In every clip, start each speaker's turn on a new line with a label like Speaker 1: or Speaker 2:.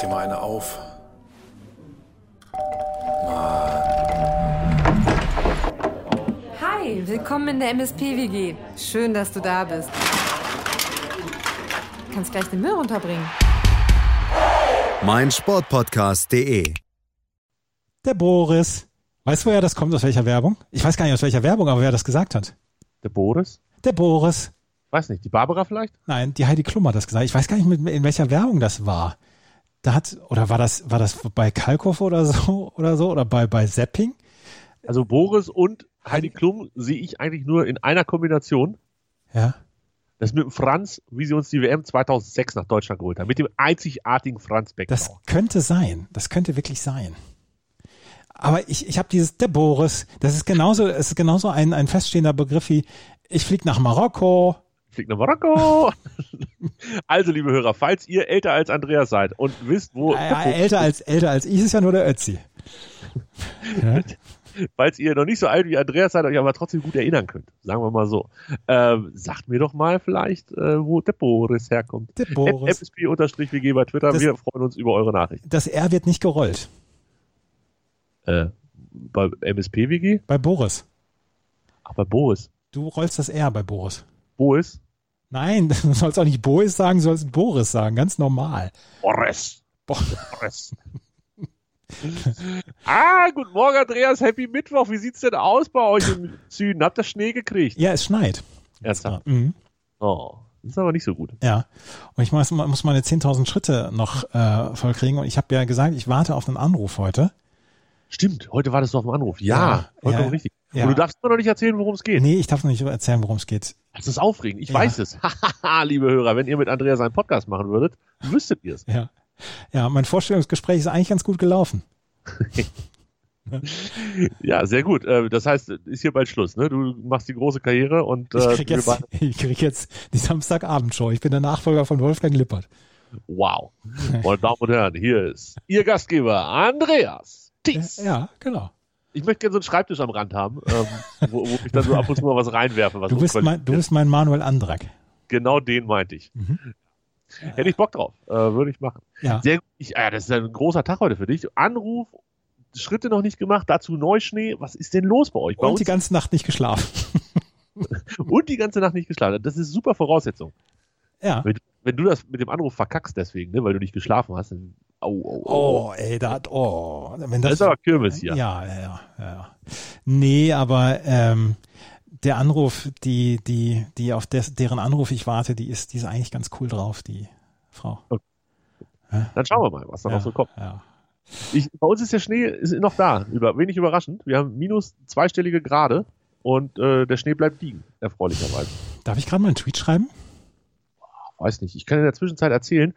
Speaker 1: dir mal eine auf.
Speaker 2: Hi, willkommen in der MSP-WG. Schön, dass du da bist. Du kannst gleich den Müll runterbringen.
Speaker 3: mein Sportpodcast.de.
Speaker 4: Der Boris. Weißt du, woher das kommt? Aus welcher Werbung? Ich weiß gar nicht, aus welcher Werbung, aber wer das gesagt hat.
Speaker 5: Der Boris?
Speaker 4: Der Boris.
Speaker 5: Weiß nicht, die Barbara vielleicht?
Speaker 4: Nein, die Heidi Klum hat das gesagt. Ich weiß gar nicht, mit, in welcher Werbung das war. Da hat, oder war das, war das bei Kalkofe oder so, oder so, oder bei, bei Sepping?
Speaker 5: Also Boris und Heidi Klum sehe ich eigentlich nur in einer Kombination.
Speaker 4: Ja.
Speaker 5: Das mit dem Franz, wie sie uns die WM 2006 nach Deutschland geholt haben. Mit dem einzigartigen Franz
Speaker 4: Das
Speaker 5: Beckenbauer.
Speaker 4: könnte sein. Das könnte wirklich sein. Aber ich, ich habe dieses, der Boris, das ist genauso, es ist genauso ein, ein feststehender Begriff wie, ich flieg nach Marokko.
Speaker 5: Fliegt nach Marokko. also, liebe Hörer, falls ihr älter als Andreas seid und wisst, wo,
Speaker 4: Äh, älter als, älter als ich ist ja nur der Ötzi. Ja.
Speaker 5: falls ihr noch nicht so alt wie Andreas seid, euch aber trotzdem gut erinnern könnt, sagen wir mal so, ähm, sagt mir doch mal vielleicht, äh, wo der Boris herkommt.
Speaker 4: Der Boris.
Speaker 5: FSP-WG bei Twitter,
Speaker 4: Das-
Speaker 5: wir freuen uns über eure Nachrichten.
Speaker 4: Das R wird nicht gerollt.
Speaker 5: Äh, bei MSP-WG?
Speaker 4: Bei Boris.
Speaker 5: Ach, bei Boris.
Speaker 4: Du rollst das R bei Boris.
Speaker 5: Boris.
Speaker 4: Nein, du sollst auch nicht Boris sagen, du sollst Boris sagen, ganz normal.
Speaker 5: Boris.
Speaker 4: Bo-
Speaker 5: Boris. ah, guten Morgen, Andreas. Happy Mittwoch. Wie sieht's denn aus bei euch im Süden? Habt ihr Schnee gekriegt?
Speaker 4: Ja, es schneit.
Speaker 5: Ernsthaft.
Speaker 4: Mhm,
Speaker 5: Oh, das ist aber nicht so gut.
Speaker 4: ja. Und ich muss, muss meine 10.000 Schritte noch äh, vollkriegen. Und ich habe ja gesagt, ich warte auf einen Anruf heute.
Speaker 5: Stimmt, heute war das noch auf dem Anruf.
Speaker 4: Ja,
Speaker 5: Ja, vollkommen
Speaker 4: ja,
Speaker 5: richtig.
Speaker 4: ja.
Speaker 5: Und du darfst mir noch nicht erzählen, worum es geht.
Speaker 4: Nee, ich darf noch nicht erzählen, worum es geht.
Speaker 5: Das ist aufregend. Ich
Speaker 4: Ja.
Speaker 5: weiß es. Hahaha, liebe Hörer, wenn ihr mit Andreas einen Podcast machen würdet, wüsstet ihr es.
Speaker 4: Ja. ja, mein Vorstellungsgespräch ist eigentlich ganz gut gelaufen.
Speaker 5: Ja, sehr gut. Äh, Das heißt, ist hier bald Schluss. Ne? Du machst die große Karriere und
Speaker 4: Ich
Speaker 5: äh,
Speaker 4: krieg
Speaker 5: wir
Speaker 4: jetzt,
Speaker 5: beide-
Speaker 4: ich krieg jetzt die Samstagabendshow. Ich bin der Nachfolger von Wolfgang Lippert.
Speaker 5: wow. Meine Damen und Herren, hier ist Ihr Gastgeber Andreas Thies.
Speaker 4: Ja, genau.
Speaker 5: Ich möchte gerne so einen Schreibtisch am Rand haben, ähm, wo, wo ich dann so ab und zu mal was reinwerfe. Was
Speaker 4: Du bist, mein, du bist mein Manuel Andrack.
Speaker 5: genau den meinte ich.
Speaker 4: Mhm.
Speaker 5: Hätte ich Bock drauf, äh, würde ich machen.
Speaker 4: Ja.
Speaker 5: Sehr gut. Ich, äh, das ist ein großer Tag heute für dich. Anruf, Schritte noch nicht gemacht, dazu Neuschnee. Was ist denn los bei euch? Bei
Speaker 4: Und
Speaker 5: uns
Speaker 4: die ganze Nacht nicht geschlafen.
Speaker 5: und die ganze Nacht nicht geschlafen. Das ist super Voraussetzung.
Speaker 4: Ja.
Speaker 5: Wenn, wenn du das mit dem Anruf verkackst deswegen, ne, weil du nicht geschlafen hast, dann au, au, au.
Speaker 4: Oh, ey, da hat, oh. Wenn das,
Speaker 5: das ist aber Kirmes hier.
Speaker 4: ja, ja, ja, ja. Nee, aber ähm, der Anruf, die, die, die auf des, deren Anruf ich warte, die ist, die ist eigentlich ganz cool drauf, die Frau.
Speaker 5: Dann schauen wir mal, was da
Speaker 4: ja,
Speaker 5: noch so kommt.
Speaker 4: Ja.
Speaker 5: Ich, bei uns ist der Schnee ist noch da. Über, wenig überraschend. Wir haben minus zweistellige Grade und äh, der Schnee bleibt liegen, erfreulicherweise.
Speaker 4: Darf ich gerade mal einen Tweet schreiben?
Speaker 5: Weiß nicht. Ich kann in der Zwischenzeit erzählen,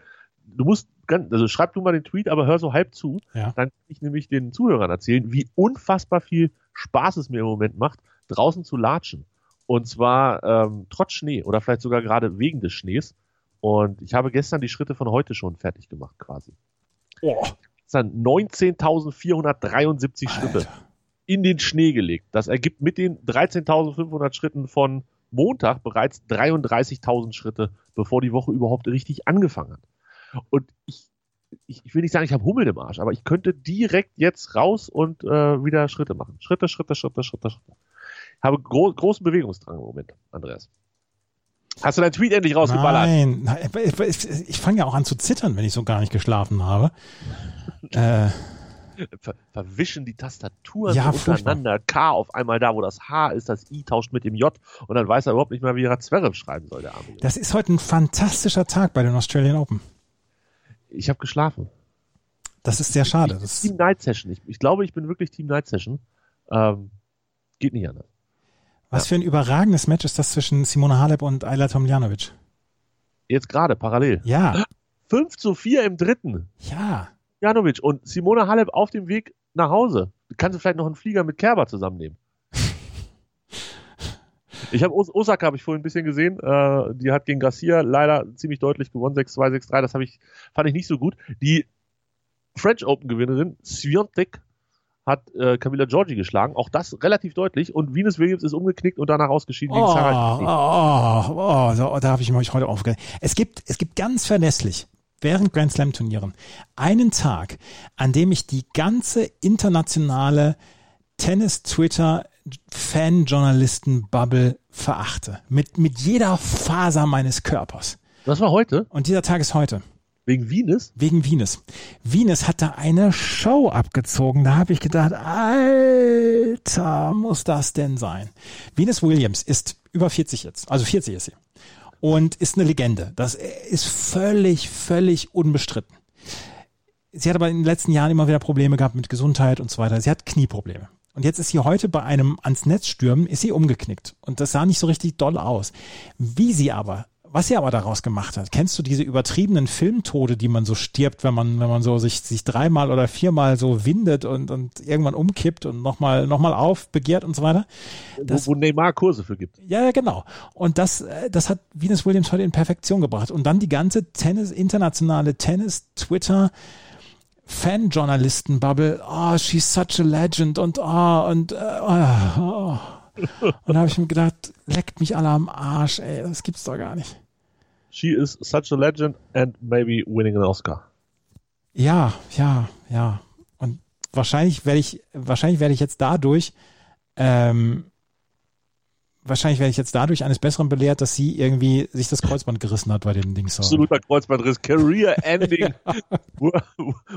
Speaker 5: du musst ganz, also schreib du mal den Tweet, aber hör so halb zu.
Speaker 4: Ja.
Speaker 5: Dann kann ich nämlich den Zuhörern erzählen, wie unfassbar viel Spaß es mir im Moment macht, draußen zu latschen. Und zwar ähm, trotz Schnee oder vielleicht sogar gerade wegen des Schnees. Und ich habe gestern die Schritte von heute schon fertig gemacht, quasi.
Speaker 4: Oh,
Speaker 5: Das sind 19.473 Schritte.
Speaker 4: Alter.
Speaker 5: in den Schnee gelegt. Das ergibt mit den 13.500 Schritten von Montag bereits 33.000 Schritte, bevor die Woche überhaupt richtig angefangen hat. Und ich, ich, ich will nicht sagen, ich habe Hummel im Arsch, aber ich könnte direkt jetzt raus und äh, wieder Schritte machen. Schritte, Schritte, Schritte, Schritte, Schritte. Ich habe gro großen Bewegungsdrang im Moment, Andreas. Hast du deinen Tweet endlich rausgeballert?
Speaker 4: Nein, nein, ich, ich fange ja auch an zu zittern, wenn ich so gar nicht geschlafen habe. Äh,
Speaker 5: Ver verwischen die Tastaturen
Speaker 4: Ja,
Speaker 5: untereinander. K auf einmal da, wo das H ist, das I tauscht mit dem J und dann weiß er überhaupt nicht mehr, wie er Zwerg schreiben soll, der arme Junge.
Speaker 4: das ist heute ein fantastischer Tag bei den Australian Open.
Speaker 5: Ich habe geschlafen.
Speaker 4: Das ist sehr schade. Das,
Speaker 5: Team Night Session. Ich, ich glaube, ich bin wirklich Team Night Session. Ähm, geht nicht anders.
Speaker 4: was für ein überragendes Match ist das zwischen Simona Halep und Ayla Tomljanovic?
Speaker 5: Jetzt gerade, parallel.
Speaker 4: Ja,
Speaker 5: 5 zu 4 im dritten.
Speaker 4: ja.
Speaker 5: Janovic und Simona Halep auf dem Weg nach Hause. Kannst du vielleicht noch einen Flieger mit Kerber zusammennehmen? Ich habe Os- Osaka habe ich vorhin ein bisschen gesehen. Äh, die hat gegen Garcia leider ziemlich deutlich gewonnen, 6-2, 6-3. Das habe ich fand ich nicht so gut. Die French Open Gewinnerin Sviontek hat äh, Camila Giorgi geschlagen, auch das relativ deutlich. Und Venus Williams ist umgeknickt und danach ausgeschieden
Speaker 4: Oh, oh,
Speaker 5: gegen Sarah.
Speaker 4: oh, oh, so, da habe ich mich heute aufgeregt. Es gibt, es gibt ganz verlässlich während Grand Slam Turnieren einen Tag, an dem ich die ganze internationale Tennis Twitter Fan Journalisten Bubble verachte mit mit jeder Faser meines Körpers.
Speaker 5: Das war heute,
Speaker 4: Und dieser Tag ist heute
Speaker 5: wegen Venus.
Speaker 4: wegen Venus. Venus hat da eine Show abgezogen. Da habe ich gedacht, Alter, muss das denn sein? Venus Williams ist über 40 jetzt, also 40 ist sie. Und ist eine Legende. Das ist völlig, völlig unbestritten. Sie hat aber in den letzten Jahren immer wieder Probleme gehabt mit Gesundheit und so weiter. Sie hat Knieprobleme. Und jetzt ist sie heute bei einem ans Netz stürmen, ist sie umgeknickt. Und das sah nicht so richtig doll aus. Wie sie aber, was sie aber daraus gemacht hat, kennst du diese übertriebenen Filmtode, die man so stirbt, wenn man, wenn man so sich, sich dreimal oder viermal so windet und, und irgendwann umkippt und nochmal, nochmal aufbegehrt und so weiter? Das-
Speaker 5: wo, wo Neymar Kurse für gibt.
Speaker 4: Ja, ja, genau. Und das, äh, das hat Venus Williams heute in Perfektion gebracht. Und dann die ganze Tennis, internationale Tennis, Twitter, Fan-Journalisten-Bubble. Oh, she's such a legend und oh, und äh, oh, oh. Und da habe ich mir gedacht, leckt mich alle am Arsch, ey, das gibt's doch gar nicht.
Speaker 5: She is such a legend and maybe winning an Oscar.
Speaker 4: Ja, ja, ja. Und wahrscheinlich werde ich, wahrscheinlich werde ich jetzt dadurch, ähm, wahrscheinlich werde ich jetzt dadurch eines Besseren belehrt, dass sie irgendwie sich das Kreuzband gerissen hat bei den Dings.
Speaker 5: Absoluter Kreuzbandriss, Career Ending,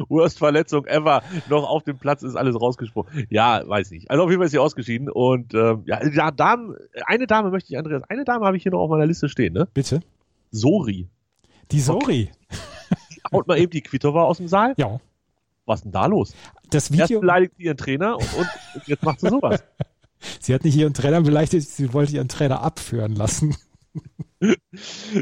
Speaker 5: Worst Verletzung ever. Noch auf dem Platz ist alles rausgesprungen. Ja, weiß nicht. Also auf jeden Fall ist sie ausgeschieden und ähm, ja, ja, Damen, eine Dame möchte ich, Andreas, eine Dame habe ich hier noch auf meiner Liste stehen, ne?
Speaker 4: Bitte?
Speaker 5: Sori.
Speaker 4: Die Sori.
Speaker 5: Haut mal eben die Kvitova aus dem Saal.
Speaker 4: Ja.
Speaker 5: Was denn da los?
Speaker 4: Das
Speaker 5: Erst
Speaker 4: Video,
Speaker 5: beleidigt sie ihren Trainer und, und jetzt macht sie sowas.
Speaker 4: sie hat nicht ihren Trainer beleidigt, sie wollte ihren Trainer abführen lassen.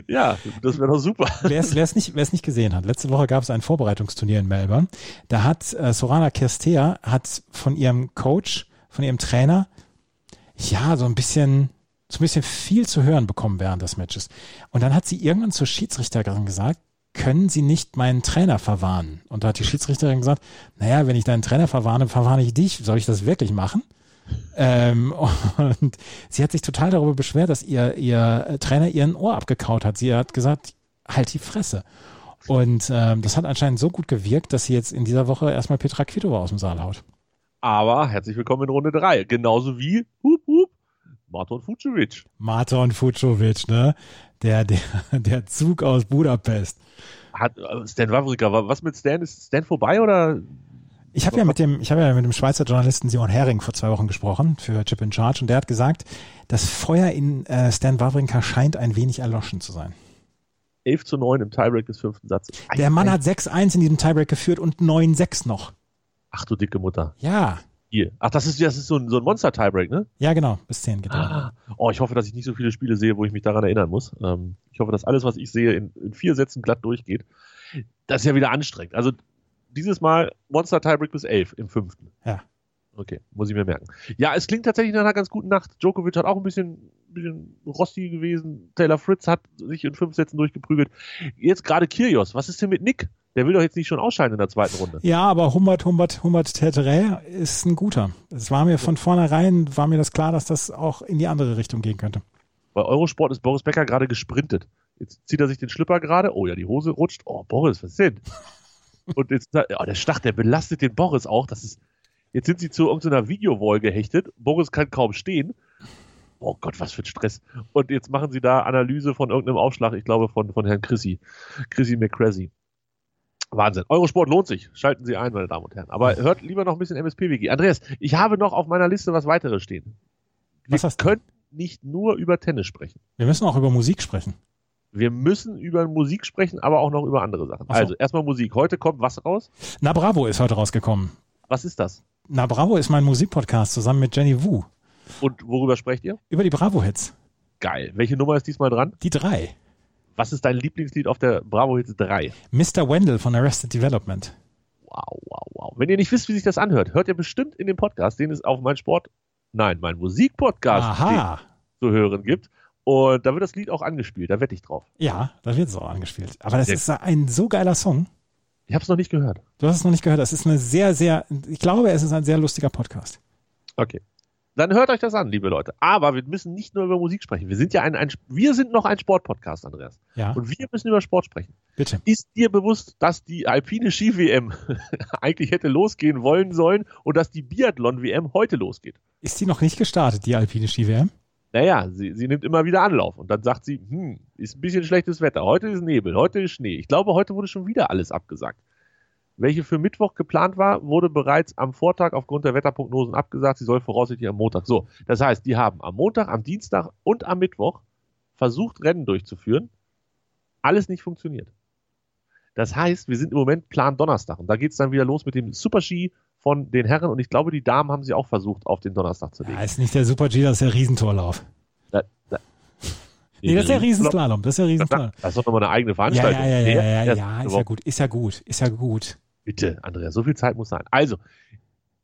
Speaker 5: Ja, das wäre doch super.
Speaker 4: Wer es wer es nicht, wer es nicht gesehen hat, letzte Woche gab es ein Vorbereitungsturnier in Melbourne. Da hat äh, Sorana Kirstea hat von ihrem Coach, von ihrem Trainer, ja, so ein bisschen, so ein bisschen viel zu hören bekommen während des Matches. Und dann hat sie irgendwann zur Schiedsrichterin gesagt, können Sie nicht meinen Trainer verwarnen? Und da hat die Schiedsrichterin gesagt, naja, wenn ich deinen Trainer verwarne, verwarne ich dich. Soll ich das wirklich machen? Ähm, und sie hat sich total darüber beschwert, dass ihr, ihr Trainer ihren Ohr abgekaut hat. Sie hat gesagt, halt die Fresse. Und ähm, das hat anscheinend so gut gewirkt, dass sie jetzt in dieser Woche erstmal Petra Kvitova aus dem Saal haut.
Speaker 5: Aber herzlich willkommen in Runde 3. Genauso wie, hup, hup, Marton Fucevic.
Speaker 4: Marton Fucovic, ne? Der, der, der Zug aus Budapest.
Speaker 5: Hat, äh, Stan Wawrinka, wa- was mit Stan? Ist Stan vorbei oder?
Speaker 4: Ich habe ja mit dem, ich habe ja mit dem Schweizer Journalisten Simon Hering vor zwei Wochen gesprochen für Chip in Charge und der hat gesagt, das Feuer in äh, Stan Wawrinka scheint ein wenig erloschen zu sein.
Speaker 5: 11 zu 9 im Tiebreak des fünften Satzes.
Speaker 4: Der Mann hat 6-1 in diesem Tiebreak geführt und 9-6 noch.
Speaker 5: Ach du dicke Mutter.
Speaker 4: Ja,
Speaker 5: Hier. Ach, das ist, das ist so ein, so ein Monster-Tiebreak, ne?
Speaker 4: ja genau, bis 10 geht er.
Speaker 5: Ah. Oh, ich hoffe, dass ich nicht so viele Spiele sehe, wo ich mich daran erinnern muss. Ähm, ich hoffe, dass alles, was ich sehe, in, in vier Sätzen glatt durchgeht. Das ist ja wieder anstrengend. Also dieses Mal Monster Tiebreak bis 11 im fünften.
Speaker 4: Ja.
Speaker 5: Okay, muss ich mir merken. Ja, es klingt tatsächlich nach einer ganz guten Nacht. Djokovic hat auch ein bisschen, bisschen rosti gewesen. Taylor Fritz hat sich in fünf Sätzen durchgeprügelt. Jetzt gerade Kyrgios. Was ist denn mit Nick? Der will doch jetzt nicht schon ausscheiden in der zweiten Runde.
Speaker 4: Ja, aber Humbert, Humbert, Humbert Tetere ist ein guter. Es war mir von vornherein, war mir das klar, dass das auch in die andere Richtung gehen könnte.
Speaker 5: Bei Eurosport ist Boris Becker gerade gesprintet. Jetzt zieht er sich den Schlipper gerade. Oh ja, die Hose rutscht. Oh, Boris, was denn? Und jetzt, oh, der Stach, der belastet den Boris auch. Das ist, jetzt sind sie zu irgendeiner Videowall gehechtet. Boris kann kaum stehen. Oh Gott, was für ein Stress. Und jetzt machen sie da Analyse von irgendeinem Aufschlag, ich glaube von, von Herrn Chrissy. Chrissy McCrazy. Wahnsinn. Eurosport lohnt sich. Schalten Sie ein, meine Damen und Herren. Aber hört lieber noch ein bisschen MSPWG. Andreas, ich habe noch auf meiner Liste was weiteres stehen. Wir
Speaker 4: Was hast du?
Speaker 5: können nicht nur über Tennis sprechen.
Speaker 4: Wir müssen auch über Musik sprechen.
Speaker 5: Wir müssen über Musik sprechen, aber auch noch über andere Sachen.
Speaker 4: Ach so.
Speaker 5: Also erstmal Musik. Heute kommt was raus?
Speaker 4: Na Bravo ist heute rausgekommen.
Speaker 5: Was ist das?
Speaker 4: Na Bravo ist mein Musikpodcast zusammen mit Jenny Wu
Speaker 5: Und worüber sprecht ihr?
Speaker 4: über die Bravo-Hits.
Speaker 5: Geil. Welche Nummer ist diesmal dran?
Speaker 4: Die drei.
Speaker 5: Was ist dein Lieblingslied auf der Bravo Hits 3?
Speaker 4: Mr. Wendell von Arrested Development.
Speaker 5: Wow, wow, wow. Wenn ihr nicht wisst, wie sich das anhört, hört ihr bestimmt in dem Podcast, den es auf mein Sport, nein, mein Musikpodcast
Speaker 4: Aha.
Speaker 5: zu hören gibt. Und da wird das Lied auch angespielt, da wette ich drauf.
Speaker 4: Ja, da wird es auch angespielt. Aber das
Speaker 5: Sehr
Speaker 4: ist ein so geiler Song.
Speaker 5: Ich habe es noch nicht gehört.
Speaker 4: Du hast es noch nicht gehört. Das ist eine sehr, sehr, ich glaube, es ist ein sehr lustiger Podcast.
Speaker 5: Okay. Dann hört euch das an, liebe Leute. Aber wir müssen nicht nur über Musik sprechen. Wir sind ja ein, ein wir sind noch ein Sportpodcast, Andreas.
Speaker 4: Ja,
Speaker 5: Und wir müssen über Sport sprechen.
Speaker 4: bitte.
Speaker 5: Ist dir bewusst, dass die alpine Ski-WM eigentlich hätte losgehen wollen sollen und dass die Biathlon-WM heute losgeht?
Speaker 4: Ist die noch nicht gestartet, die alpine Ski-WM?
Speaker 5: Naja, sie, sie nimmt immer wieder Anlauf und dann sagt sie, hm, ist ein bisschen schlechtes Wetter, heute ist Nebel, heute ist Schnee. Ich glaube, heute wurde schon wieder alles abgesagt. Welche für Mittwoch geplant war, wurde bereits am Vortag aufgrund der Wetterprognosen abgesagt. Sie soll voraussichtlich am Montag. So, das heißt, die haben am Montag, am Dienstag und am Mittwoch versucht, Rennen durchzuführen. Alles nicht funktioniert. Das heißt, wir sind im Moment Plan Donnerstag und da geht es dann wieder los mit dem Superski von den Herren und ich glaube, die Damen haben sie auch versucht, auf den Donnerstag zu legen.
Speaker 4: Ja, ist nicht der Super-G, das ist der Riesentorlauf.
Speaker 5: Da, da.
Speaker 4: Nee, das ist der Riesenslalom, das ist der Riesenslalom.
Speaker 5: Das ist doch nochmal eine eigene
Speaker 4: Ja,
Speaker 5: Veranstaltung.
Speaker 4: ja, ja, ja, ja, ja,
Speaker 5: das-
Speaker 4: ja, ist ja
Speaker 5: überhaupt-
Speaker 4: gut, ist ja gut, ist ja gut.
Speaker 5: Bitte, Andrea, so viel Zeit muss sein. Also,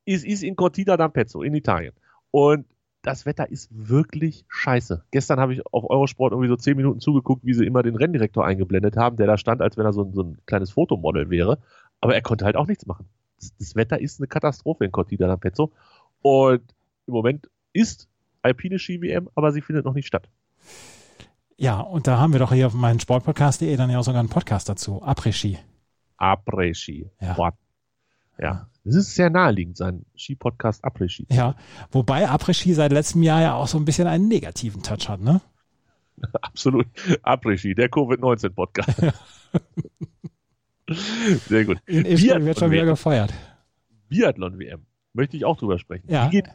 Speaker 5: es ist in Cortina d'Ampezzo in Italien. Und das Wetter ist wirklich scheiße. Gestern habe ich auf Eurosport irgendwie so zehn Minuten zugeguckt, wie sie immer den Renndirektor eingeblendet haben, der da stand, als wenn er so ein, so ein kleines Fotomodel wäre. Aber er konnte halt auch nichts machen. Das, das Wetter ist eine Katastrophe in Cortina d'Ampezzo. Und im Moment ist alpine Ski-WM, aber sie findet noch nicht statt.
Speaker 4: Ja, und da haben wir doch hier auf meinem Sportpodcast.de dann ja auch sogar einen Podcast dazu, Après-Ski.
Speaker 5: Après-Ski.
Speaker 4: Ja.
Speaker 5: Boah. ja. Es ist sehr naheliegend, sein Ski-Podcast Après-Ski.
Speaker 4: Ja, wobei Après-Ski seit letztem Jahr ja auch so ein bisschen einen negativen Touch hat, ne?
Speaker 5: Absolut. Après-Ski, der Covid-19-Podcast. sehr gut.
Speaker 4: In Istanbul wird schon wieder
Speaker 5: Biathlon-WM.
Speaker 4: gefeuert.
Speaker 5: Biathlon-WM. Möchte ich auch drüber sprechen.
Speaker 4: Ja.
Speaker 5: Die geht,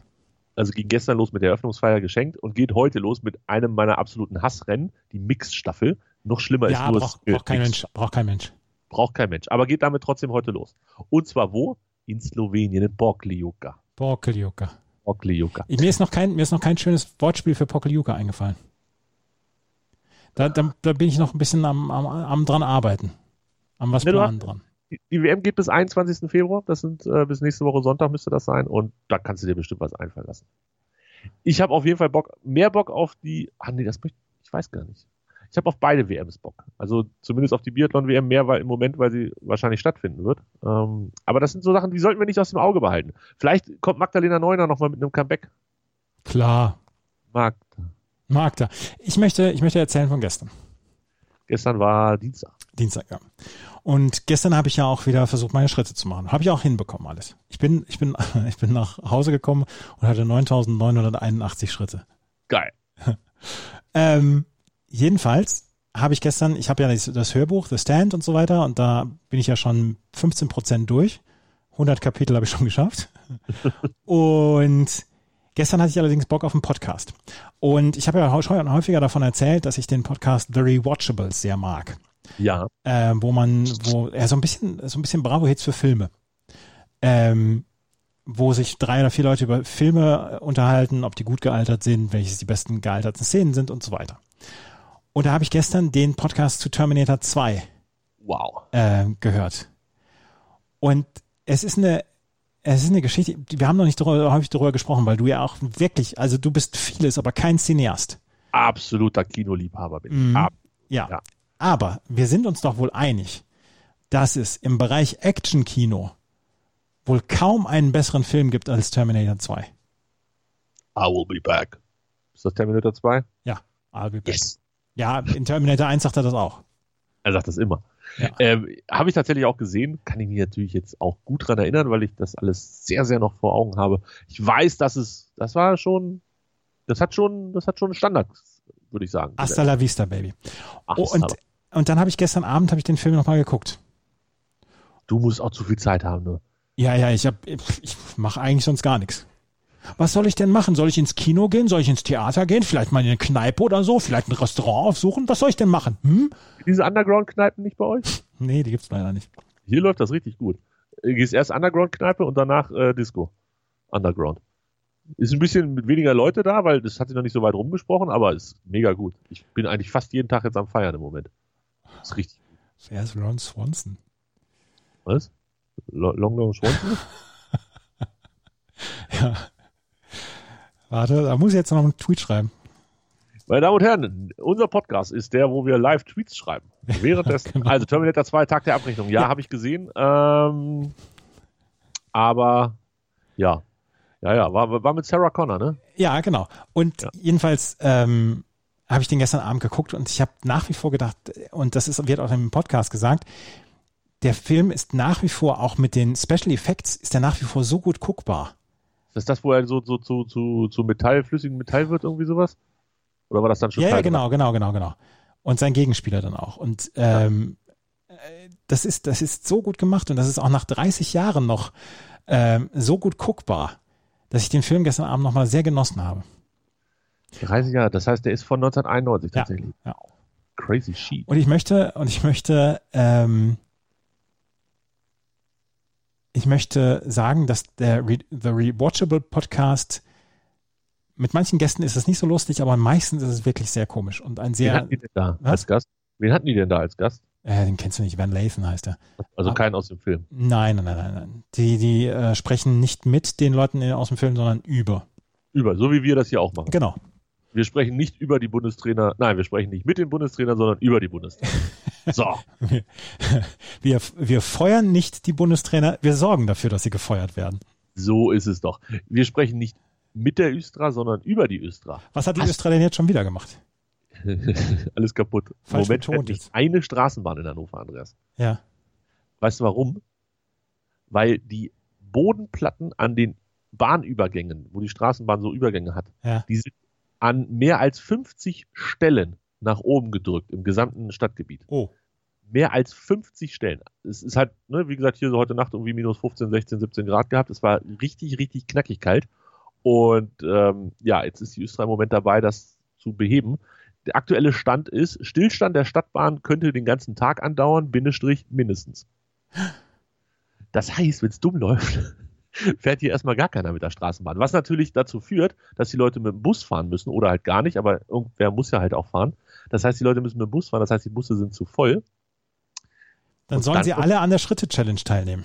Speaker 5: also ging gestern los mit der Eröffnungsfeier geschenkt und geht heute los mit einem meiner absoluten Hassrennen, die Mix-Staffel. Noch schlimmer
Speaker 4: Ja,
Speaker 5: ist nur
Speaker 4: braucht,
Speaker 5: es-
Speaker 4: braucht kein
Speaker 5: Mixed.
Speaker 4: Mensch, braucht kein Mensch.
Speaker 5: Braucht kein Mensch. Aber geht damit trotzdem heute los. Und zwar wo? In Slowenien, in Borgliuka.
Speaker 4: Pokeljuka.
Speaker 5: Borgliuka.
Speaker 4: Mir ist noch kein, mir ist noch kein schönes Wortspiel für Pokeljuka eingefallen. Da, da, da bin ich noch ein bisschen am, am, am dran arbeiten. Am was
Speaker 5: Ne, du
Speaker 4: planen dran.
Speaker 5: Die- die WM geht bis 21. Februar, das sind äh, bis nächste Woche Sonntag müsste das sein und da kannst du dir bestimmt was einfallen lassen. Ich habe auf jeden Fall Bock, mehr Bock auf die, ah nee, das möchte ich weiß gar nicht. Ich habe auf beide WMs Bock. Also zumindest auf die Biathlon-WM mehr, weil im Moment, weil sie wahrscheinlich stattfinden wird. Ähm, aber das sind so Sachen, die sollten wir nicht aus dem Auge behalten. Vielleicht kommt Magdalena Neuner nochmal mit einem Comeback.
Speaker 4: Klar,
Speaker 5: Mag,
Speaker 4: mag da. Ich möchte, ich möchte erzählen von gestern.
Speaker 5: gestern war Dienstag.
Speaker 4: Dienstag, ja. Und gestern habe ich ja auch wieder versucht, meine Schritte zu machen. Habe ich auch hinbekommen alles. Ich bin, ich bin, ich bin nach Hause gekommen und hatte 9.981 Schritte.
Speaker 5: Geil.
Speaker 4: Ähm, jedenfalls habe ich gestern, ich habe ja das, das Hörbuch, The Stand und so weiter, und da bin ich ja schon 15 Prozent durch. 100 Kapitel habe ich schon geschafft. und gestern hatte ich allerdings Bock auf einen Podcast. Und ich habe ja hau- schon häufiger davon erzählt, dass ich den Podcast The Rewatchables sehr mag
Speaker 5: Ja,
Speaker 4: äh, wo man, wo er so ein bisschen, so ein bisschen Bravo-Hits für Filme, ähm, wo sich drei oder vier Leute über Filme äh, unterhalten, ob die gut gealtert sind, welches die besten gealterten Szenen sind und so weiter. Und da habe ich gestern den Podcast zu Terminator 2
Speaker 5: wow.
Speaker 4: äh, gehört. Und es ist eine, es ist eine Geschichte, die- wir haben noch nicht drüber, häufig darüber gesprochen, weil du ja auch wirklich, also du bist vieles, aber kein Cineast.
Speaker 5: Absoluter Kinoliebhaber bin ich.
Speaker 4: Mhm.
Speaker 5: Ab-
Speaker 4: Ja.
Speaker 5: Ja.
Speaker 4: Aber wir sind uns doch wohl einig, dass es im Bereich Action-Kino wohl kaum einen besseren Film gibt als Terminator 2.
Speaker 5: I will be back. Ist das Terminator 2?
Speaker 4: Ja, I'll be back. Ah, Ja, in Terminator 1 sagt er das auch.
Speaker 5: Er sagt das immer.
Speaker 4: Ja.
Speaker 5: Ähm, Habe ich tatsächlich auch gesehen, kann ich mich natürlich jetzt auch gut dran erinnern, weil ich das alles sehr, sehr noch vor Augen habe. Ich weiß, dass es, das war schon, das hat schon, das hat schon einen Standard, würde ich sagen.
Speaker 4: Hasta la vista, Baby.
Speaker 5: Ach,
Speaker 4: Oh, und, und dann habe ich gestern Abend habe ich den Film nochmal geguckt.
Speaker 5: du musst auch zu viel Zeit haben, ne?
Speaker 4: Ja, ja, ich, hab- ich mache eigentlich sonst gar nichts. Was soll ich denn machen? Soll ich ins Kino gehen? Soll ich ins Theater gehen? Vielleicht mal in eine Kneipe oder so? Vielleicht ein Restaurant aufsuchen? Was soll ich denn machen? Hm?
Speaker 5: Diese Underground-Kneipen nicht bei euch?
Speaker 4: Nee, die gibt's leider nicht.
Speaker 5: Hier läuft das richtig gut. Du gehst erst Underground-Kneipe und danach äh, Disco. Underground. Ist ein bisschen mit weniger Leute da, weil das hat sich noch nicht so weit rumgesprochen, aber ist mega gut. Ich bin eigentlich fast jeden Tag jetzt am Feiern im Moment. Ist richtig.
Speaker 4: Wer ist Ron Swanson?
Speaker 5: Was? Lo- Long Long Swanson?
Speaker 4: Ja. Warte, da muss ich jetzt noch einen Tweet schreiben.
Speaker 5: Meine Damen und Herren, unser Podcast ist der, wo wir live Tweets schreiben. Währenddessen,
Speaker 4: Genau.
Speaker 5: also Terminator 2, Tag der Abrechnung. Ja, habe ich gesehen. Ähm, aber ja. Ja, ja, war, war mit Sarah Connor, ne?
Speaker 4: Ja, genau. Und
Speaker 5: Ja.
Speaker 4: jedenfalls ähm, habe ich den gestern Abend geguckt und ich habe nach wie vor gedacht, und das ist, wird auch im Podcast gesagt, der Film ist nach wie vor, auch mit den Special Effects, ist er nach wie vor so gut guckbar.
Speaker 5: Ist das das, wo er so, so zu, zu, zu Metall, flüssigem Metall wird, irgendwie sowas? Oder war das dann schon
Speaker 4: Ja, ja,
Speaker 5: kalt?
Speaker 4: genau, genau, genau, genau. Und sein Gegenspieler dann auch. Und ähm, äh, das, ist, das ist so gut gemacht und das ist auch nach 30 Jahren noch ähm, so gut guckbar, dass ich den Film gestern Abend nochmal sehr genossen habe.
Speaker 5: 30 Jahre, das heißt, der ist von 1991
Speaker 4: genau. Ja,
Speaker 5: tatsächlich.
Speaker 4: ja.
Speaker 5: Crazy Sheet.
Speaker 4: Und ich möchte, und ich möchte, ähm, ich möchte sagen, dass der Re The Rewatchable Podcast mit manchen Gästen ist es nicht so lustig, aber meistens ist es wirklich sehr komisch und ein
Speaker 5: Wen
Speaker 4: sehr,
Speaker 5: hatten die denn da
Speaker 4: Was?
Speaker 5: als Gast? Wen hatten die denn da als Gast?
Speaker 4: äh, den kennst du nicht, Van Lathan heißt er.
Speaker 5: Also
Speaker 4: Ah.
Speaker 5: keinen aus dem Film.
Speaker 4: Nein, nein, nein, nein, nein. Die, die äh, sprechen nicht mit den Leuten in- aus dem Film, sondern über.
Speaker 5: Über, so wie wir das hier auch machen.
Speaker 4: Genau.
Speaker 5: Wir sprechen nicht über die Bundestrainer, nein, wir sprechen nicht mit den Bundestrainern, sondern über die Bundestrainer. So,
Speaker 4: Wir, wir feuern nicht die Bundestrainer, wir sorgen dafür, dass sie gefeuert werden.
Speaker 5: so ist es doch. Wir sprechen nicht mit der Östra, sondern über die Östra.
Speaker 4: Was hat die
Speaker 5: Hast-
Speaker 4: Österreicher jetzt schon wieder gemacht?
Speaker 5: Alles kaputt. Im
Speaker 4: Falsch
Speaker 5: Moment
Speaker 4: betont
Speaker 5: fährt nicht
Speaker 4: jetzt.
Speaker 5: eine Straßenbahn in Hannover, Andreas.
Speaker 4: Ja.
Speaker 5: Weißt du warum? Weil die Bodenplatten an den Bahnübergängen, wo die Straßenbahn so Übergänge hat,
Speaker 4: Ja.
Speaker 5: die sind an mehr als 50 Stellen nach oben gedrückt im gesamten Stadtgebiet.
Speaker 4: Oh.
Speaker 5: Mehr als 50 Stellen. Es ist halt, ne, wie gesagt, hier so heute Nacht irgendwie minus 15, 16, 17 Grad gehabt. Es war richtig, richtig knackig kalt. Und ähm, ja, jetzt ist die Österreich im Moment dabei, das zu beheben. Der aktuelle Stand ist, Stillstand der Stadtbahn könnte den ganzen Tag andauern, Bindestrich mindestens. Das heißt, wenn es dumm läuft, fährt hier erstmal gar keiner mit der Straßenbahn. Was natürlich dazu führt, dass die Leute mit dem Bus fahren müssen oder halt gar nicht, aber irgendwer muss ja halt auch fahren. Das heißt, die Leute müssen mit dem Bus fahren, das heißt, die Busse sind zu voll.
Speaker 4: Dann
Speaker 5: Und
Speaker 4: sollen
Speaker 5: dann-
Speaker 4: sie alle an der Schritte-Challenge teilnehmen.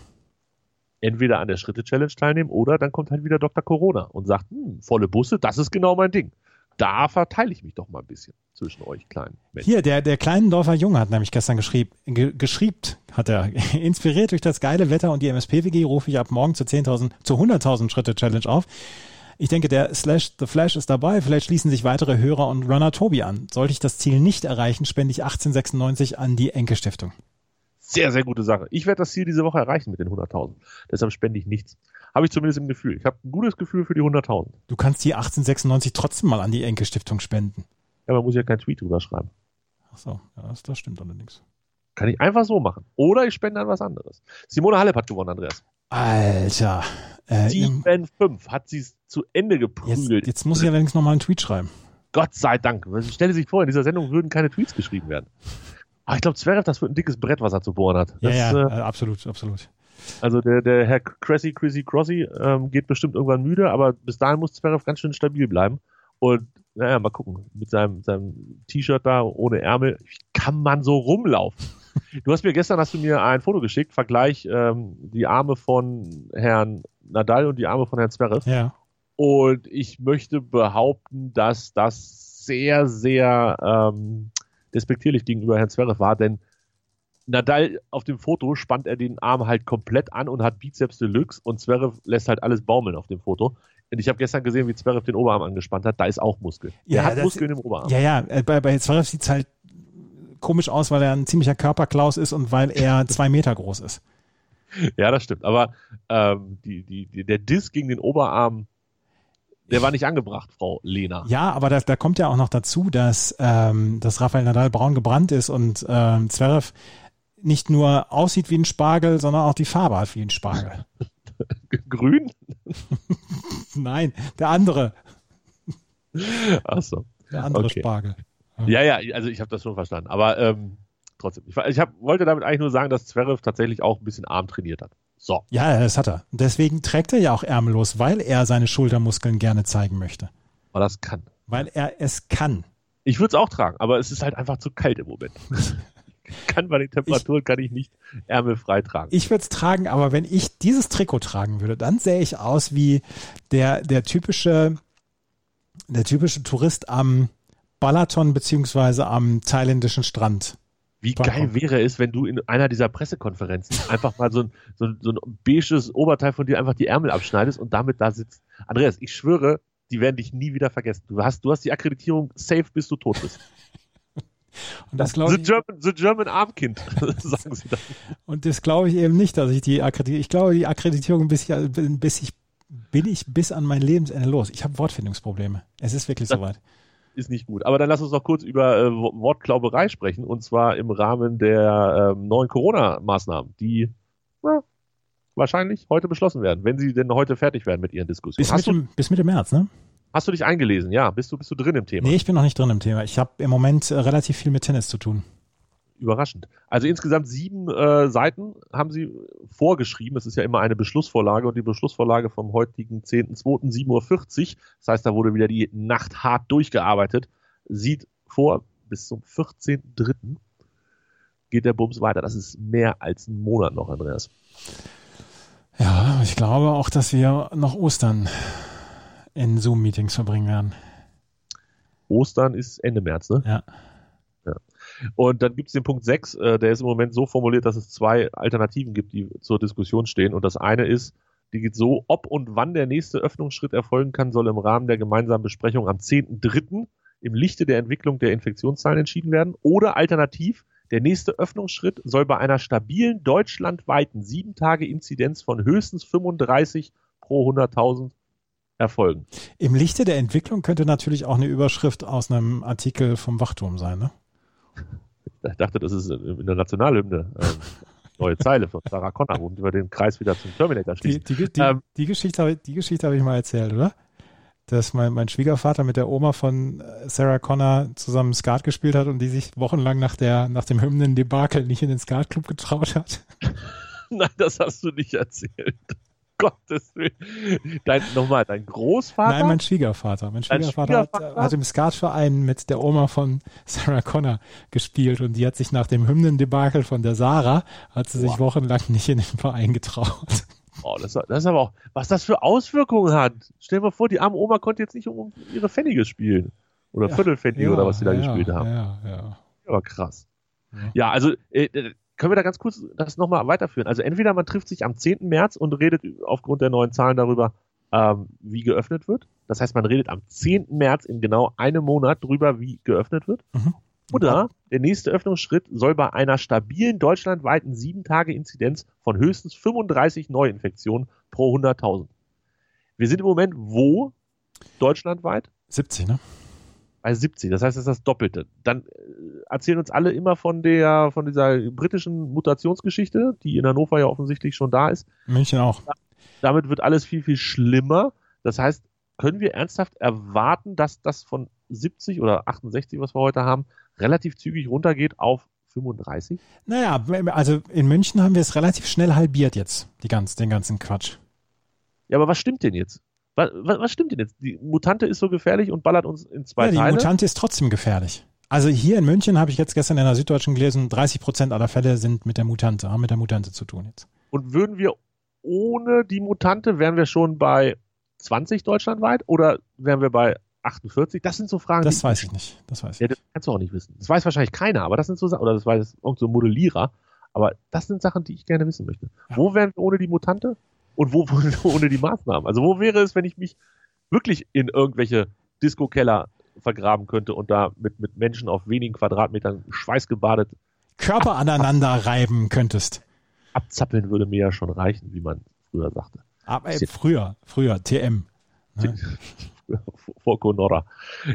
Speaker 5: Entweder an der Schritte-Challenge teilnehmen oder dann kommt halt wieder Dr. Corona und sagt, hm, volle Busse, das ist genau mein Ding. Da verteile ich mich doch mal ein bisschen zwischen euch kleinen Menschen.
Speaker 4: Hier, der, der Kleinendorfer Junge hat nämlich gestern geschrieben, ge, geschriebt, hat er, inspiriert durch das geile Wetter und die MSPWG rufe ich ab morgen zur 10.000, zur 100.000 Schritte Challenge auf. Ich denke, der Slash The Flash ist dabei. Vielleicht schließen sich weitere Hörer und Runner Tobi an. Sollte ich das Ziel nicht erreichen, spende ich 1896 an die Enke Stiftung.
Speaker 5: Sehr, sehr gute Sache. Ich werde das Ziel diese Woche erreichen mit den 100.000. Deshalb spende ich nichts. Habe ich zumindest im Gefühl. Ich habe ein gutes Gefühl für die 100.000.
Speaker 4: Du kannst die 1896 trotzdem mal an die Enke Stiftung spenden.
Speaker 5: Ja, man muss ja keinen Tweet drüber schreiben.
Speaker 4: Ach so, ja, das, das stimmt allerdings.
Speaker 5: Kann ich einfach so machen. Oder ich spende an was anderes. Simone Halep hat gewonnen, Andreas.
Speaker 4: Alter. Äh, im-
Speaker 5: 7-5 hat sie es zu Ende
Speaker 4: jetzt,
Speaker 5: geprügelt.
Speaker 4: jetzt muss ich allerdings nochmal einen Tweet schreiben.
Speaker 5: Gott sei Dank. Man Stelle sich vor, in dieser Sendung würden keine Tweets geschrieben werden. Aber ich glaube, Zverev, das wird ein dickes Brett, was er zu bohren hat. Das,
Speaker 4: ja, ja,
Speaker 5: Äh,
Speaker 4: äh, absolut, absolut.
Speaker 5: also der, der Herr Cressy, Crissy, Crossy ähm, geht bestimmt irgendwann müde, aber bis dahin muss Zverev ganz schön stabil bleiben. Und naja, mal gucken. Mit seinem, seinem T-Shirt da ohne Ärmel, wie kann man so rumlaufen? Du hast mir gestern hast du mir ein Foto geschickt, Vergleich ähm, die Arme von Herrn Nadal und die Arme von Herrn Zverev.
Speaker 4: Ja.
Speaker 5: Und ich möchte behaupten, dass das sehr, sehr ähm, despektierlich gegenüber Herrn Zverev war, denn Nadal auf dem Foto spannt er den Arm halt komplett an und hat Bizeps Deluxe und Zverev lässt halt alles baumeln auf dem Foto. Und ich habe gestern gesehen, wie Zverev den Oberarm angespannt hat. Da ist auch Muskel.
Speaker 4: Ja,
Speaker 5: er hat
Speaker 4: das-
Speaker 5: Muskeln im Oberarm.
Speaker 4: Ja, ja, äh, bei, bei Zverev sieht's halt komisch aus, weil er ein ziemlicher Körperklaus ist und weil er zwei Meter groß ist.
Speaker 5: Ja, das stimmt. Aber ähm, die, die, die, der Diss gegen den Oberarm, der war nicht angebracht, Frau Lena.
Speaker 4: Ja, aber das, da kommt ja auch noch dazu, dass, ähm, dass Rafael Nadal braun gebrannt ist und ähm, Zverev nicht nur aussieht wie ein Spargel, sondern auch die Farbe hat wie ein Spargel.
Speaker 5: Grün?
Speaker 4: Nein, der andere,
Speaker 5: Achso.
Speaker 4: der andere
Speaker 5: Okay.
Speaker 4: Spargel.
Speaker 5: Ja, ja, also ich habe das schon verstanden. Aber ähm, trotzdem, ich, war- ich hab, wollte damit eigentlich nur sagen, dass Zverev tatsächlich auch ein bisschen arm trainiert hat. So,
Speaker 4: Ja, das hat er. Deswegen trägt er ja auch ärmellos, weil er seine Schultermuskeln gerne zeigen möchte.
Speaker 5: weil das kann.
Speaker 4: Weil er es kann.
Speaker 5: Ich würde es auch tragen, aber es ist halt einfach zu kalt im Moment. kann bei den Temperaturen kann ich nicht ärmelfrei tragen.
Speaker 4: Ich würde es tragen, aber wenn ich dieses Trikot tragen würde, dann sähe ich aus wie der, der typische, der typische Tourist am Balaton beziehungsweise am thailändischen Strand.
Speaker 5: Wie
Speaker 4: Vollkommen.
Speaker 5: geil wäre es, wenn du in einer dieser Pressekonferenzen einfach mal so ein, so, ein, so ein beiges Oberteil von dir einfach die Ärmel abschneidest und damit da sitzt. Andreas, ich schwöre, die werden dich nie wieder vergessen. Du hast, du hast die Akkreditierung safe, bis du tot bist.
Speaker 4: Und das glaube
Speaker 5: The
Speaker 4: ich,
Speaker 5: German, the German Armkind, sagen sie dann.
Speaker 4: und das glaube ich eben nicht, dass ich die Akkreditierung, ich glaube, die Akkreditierung bis ich, bis ich, bin ich bis an mein Lebensende los. Ich habe Wortfindungsprobleme. Es ist wirklich
Speaker 5: Das-
Speaker 4: soweit.
Speaker 5: Ist nicht gut. Aber dann lass uns noch kurz über äh, Wo- Wortklauberei sprechen. Und zwar im Rahmen der ähm, neuen Corona-Maßnahmen, die na, wahrscheinlich heute beschlossen werden, wenn sie denn heute fertig werden mit ihren Diskussionen.
Speaker 4: Bis
Speaker 5: Hast du,
Speaker 4: Mitte, bis Mitte März, ne?
Speaker 5: hast du dich eingelesen? Ja, bist du, bist du drin im Thema?
Speaker 4: Nee, ich bin noch nicht drin im Thema. Ich habe im Moment äh, relativ viel mit Tennis zu tun.
Speaker 5: Überraschend. Also insgesamt sieben äh, Seiten haben sie vorgeschrieben. Es ist ja immer eine Beschlussvorlage und die Beschlussvorlage vom heutigen 10.2. 7.40 Uhr, das heißt, da wurde wieder die Nacht hart durchgearbeitet, sieht vor, bis zum 14.3. geht der Bums weiter. Das ist mehr als ein Monat noch, Andreas.
Speaker 4: Ja, ich glaube auch, dass wir noch Ostern in Zoom-Meetings verbringen werden.
Speaker 5: Ostern ist Ende März, ne?
Speaker 4: Ja.
Speaker 5: Ja. Und dann gibt es den Punkt 6, äh, der ist im Moment so formuliert, dass es zwei Alternativen gibt, die zur Diskussion stehen. Und das eine ist, die geht so, ob und wann der nächste Öffnungsschritt erfolgen kann, soll im Rahmen der gemeinsamen Besprechung am 10.3. im Lichte der Entwicklung der Infektionszahlen entschieden werden. Oder alternativ, der nächste Öffnungsschritt soll bei einer stabilen deutschlandweiten 7-Tage-Inzidenz von höchstens 35 pro 100.000 erfolgen.
Speaker 4: Im Lichte der Entwicklung könnte natürlich auch eine Überschrift aus einem Artikel vom Wachturm sein, ne?
Speaker 5: Ich dachte, das ist in der Nationalhymne. Ähm, neue Zeile von Sarah Connor, wo wir den Kreis wieder zum Terminator
Speaker 4: Die,
Speaker 5: schließen.
Speaker 4: die, die,
Speaker 5: Ähm.
Speaker 4: die Geschichte habe ich, die Geschichte habe ich mal erzählt, oder? Dass mein, mein Schwiegervater mit der Oma von äh, Sarah Connor zusammen Skat gespielt hat und die sich wochenlang nach, der, nach dem Hymnen-Debakel nicht in den Skatclub getraut hat.
Speaker 5: Nein, das hast du nicht erzählt. Gottes Willen. Dein, nochmal, dein Großvater?
Speaker 4: Nein, mein Schwiegervater. Mein
Speaker 5: Dein
Speaker 4: Schwiegervater, Hat, äh,
Speaker 5: Schwiegervater?
Speaker 4: hat im Skatverein mit der Oma von Sarah Connor gespielt und die hat sich nach dem Hymnendebakel von der Sarah, hat sie sich wochenlang nicht in den Verein getraut.
Speaker 5: oh, das, das ist aber auch, was das für Auswirkungen hat. Stell dir mal vor, die arme Oma konnte jetzt nicht um ihre Pfennige spielen. Oder
Speaker 4: Ja,
Speaker 5: Viertelpfennige oder was sie da
Speaker 4: ja,
Speaker 5: gespielt haben.
Speaker 4: Ja, ja.
Speaker 5: Aber krass.
Speaker 4: Ja.
Speaker 5: Ja, also äh, äh, können wir da ganz kurz das nochmal weiterführen. Also entweder man trifft sich am 10. März und redet aufgrund der neuen Zahlen darüber, ähm, wie geöffnet wird. Das heißt, man redet am 10. März in genau einem Monat drüber, wie geöffnet wird.
Speaker 4: Mhm.
Speaker 5: Oder der nächste Öffnungsschritt soll bei einer stabilen deutschlandweiten 7-Tage-Inzidenz von höchstens 35 Neuinfektionen pro 100.000. Wir sind im Moment wo deutschlandweit?
Speaker 4: 70, ne?
Speaker 5: bei 70, das heißt, das ist das Doppelte. Dann äh, erzählen uns alle immer von der, von dieser britischen Mutationsgeschichte, die in Hannover ja offensichtlich schon da ist.
Speaker 4: München auch.
Speaker 5: Damit wird alles viel, viel schlimmer. Das heißt, können wir ernsthaft erwarten, dass das von 70 oder 68, was wir heute haben, relativ zügig runtergeht auf 35?
Speaker 4: Naja, also in München haben wir es relativ schnell halbiert jetzt, die ganz, den ganzen Quatsch.
Speaker 5: Ja, aber was stimmt denn jetzt? Was, was, was stimmt denn jetzt? Die Mutante ist so gefährlich und ballert uns in zwei
Speaker 4: Ja, die
Speaker 5: Teile.
Speaker 4: Mutante ist trotzdem gefährlich. Also hier in München habe ich jetzt gestern in der Süddeutschen gelesen, 30 Prozent aller Fälle sind mit der Mutante, haben mit der Mutante zu tun jetzt.
Speaker 5: Und würden wir ohne die Mutante, wären wir schon bei 20 deutschlandweit oder wären wir bei 48? Das sind so Fragen,
Speaker 4: Das
Speaker 5: die,
Speaker 4: weiß ich nicht. Das weiß ich
Speaker 5: ja,
Speaker 4: nicht.
Speaker 5: das kannst du auch nicht wissen. Das weiß wahrscheinlich keiner, aber das sind so Sachen, oder das weiß irgend so ein Modellierer, aber das sind Sachen, die ich gerne wissen möchte.
Speaker 4: Ja.
Speaker 5: Wo wären wir ohne die Mutante und wo wären wir ohne die Maßnahmen? Also wo wäre es, wenn ich mich wirklich in irgendwelche Disco-Keller vergraben könnte und da mit, mit Menschen auf wenigen Quadratmetern schweißgebadet
Speaker 4: Körper aneinander reiben könntest.
Speaker 5: abzappeln würde mir ja schon reichen, wie man früher sagte.
Speaker 4: Aber äh, früher, früher, TM. Ne?
Speaker 5: vor Conora.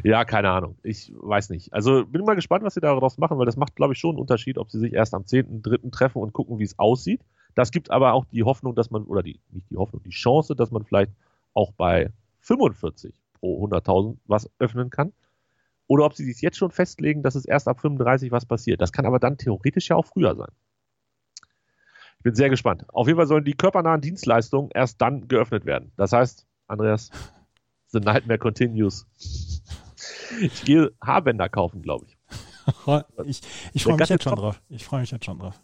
Speaker 5: Ja, keine Ahnung. Ich weiß nicht. Also bin mal gespannt, was sie daraus machen, weil das macht, glaube ich, schon einen Unterschied, ob sie sich erst am 10.3. treffen und gucken, wie es aussieht. Das gibt aber auch die Hoffnung, dass man, oder die, nicht die Hoffnung, die Chance, dass man vielleicht auch bei 45 pro 100.000 was öffnen kann. Oder ob sie sich jetzt schon festlegen, dass es erst ab 35 was passiert. Das kann aber dann theoretisch ja auch früher sein. Ich bin sehr gespannt. Auf jeden Fall sollen die körpernahen Dienstleistungen erst dann geöffnet werden. Das heißt, Andreas, The Nightmare Continues. Ich gehe Haarbänder kaufen, glaube ich.
Speaker 4: Ich, ich freue
Speaker 5: Äh, Der
Speaker 4: mich
Speaker 5: ganze
Speaker 4: jetzt schon
Speaker 5: Kopf-
Speaker 4: drauf. Ich freue mich jetzt schon drauf.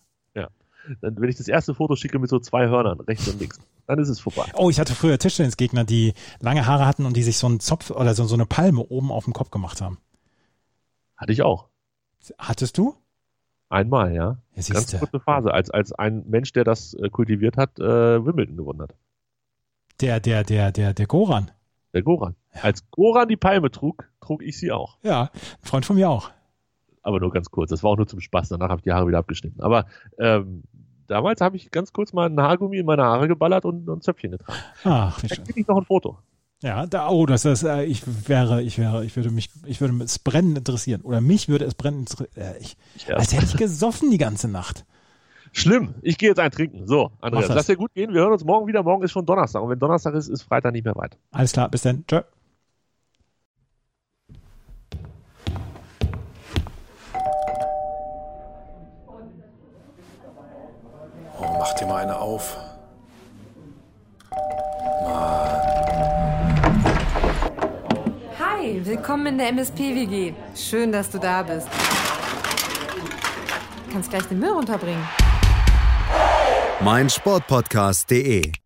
Speaker 5: Dann, wenn ich das erste Foto schicke mit so zwei Hörnern, rechts und links, dann ist es vorbei.
Speaker 4: Oh, ich hatte früher Tischtennisgegner, die lange Haare hatten und die sich so einen Zopf oder so, so eine Palme oben auf dem Kopf gemacht haben.
Speaker 5: Hatte ich auch.
Speaker 4: Hattest du?
Speaker 5: Einmal, ja.
Speaker 4: Ja,
Speaker 5: Ganz
Speaker 4: siehste.
Speaker 5: kurze Phase, als, als ein Mensch, der das äh, kultiviert hat, äh, Wimbledon gewonnen hat.
Speaker 4: Der, der, der, der, der Goran.
Speaker 5: Der Goran. Als Goran die Palme trug, trug ich sie auch.
Speaker 4: Ja, ein Freund von mir auch.
Speaker 5: Aber nur ganz kurz. Das war auch nur zum Spaß. Danach habe ich die Haare wieder abgeschnitten. Aber ähm, damals habe ich ganz kurz mal ein Haargummi in meine Haare geballert und und ein Zöpfchen getragen.
Speaker 4: Ach, wie
Speaker 5: Da
Speaker 4: schön.
Speaker 5: kriege ich noch ein Foto.
Speaker 4: Ja, da, oh, das ist, äh, ich wäre, ich wäre, ich würde mich, ich würde es brennend interessieren. Oder mich würde es brennend interessieren. Äh, ich,
Speaker 5: Ja.
Speaker 4: Als hätte ich gesoffen die ganze Nacht.
Speaker 5: Schlimm. Ich gehe jetzt ein trinken. So,
Speaker 4: Mach
Speaker 5: Andreas,
Speaker 4: das.
Speaker 5: lass dir gut gehen. Wir hören uns morgen wieder. Morgen ist schon Donnerstag. Und wenn Donnerstag ist, ist Freitag nicht mehr weit.
Speaker 4: Alles klar, bis dann. Tschö.
Speaker 1: Oh, mach dir mal eine auf.
Speaker 2: Hi, willkommen in der MSP-WG. Schön, dass du da bist. Kannst gleich den Müll runterbringen.
Speaker 3: meinsportpodcast.de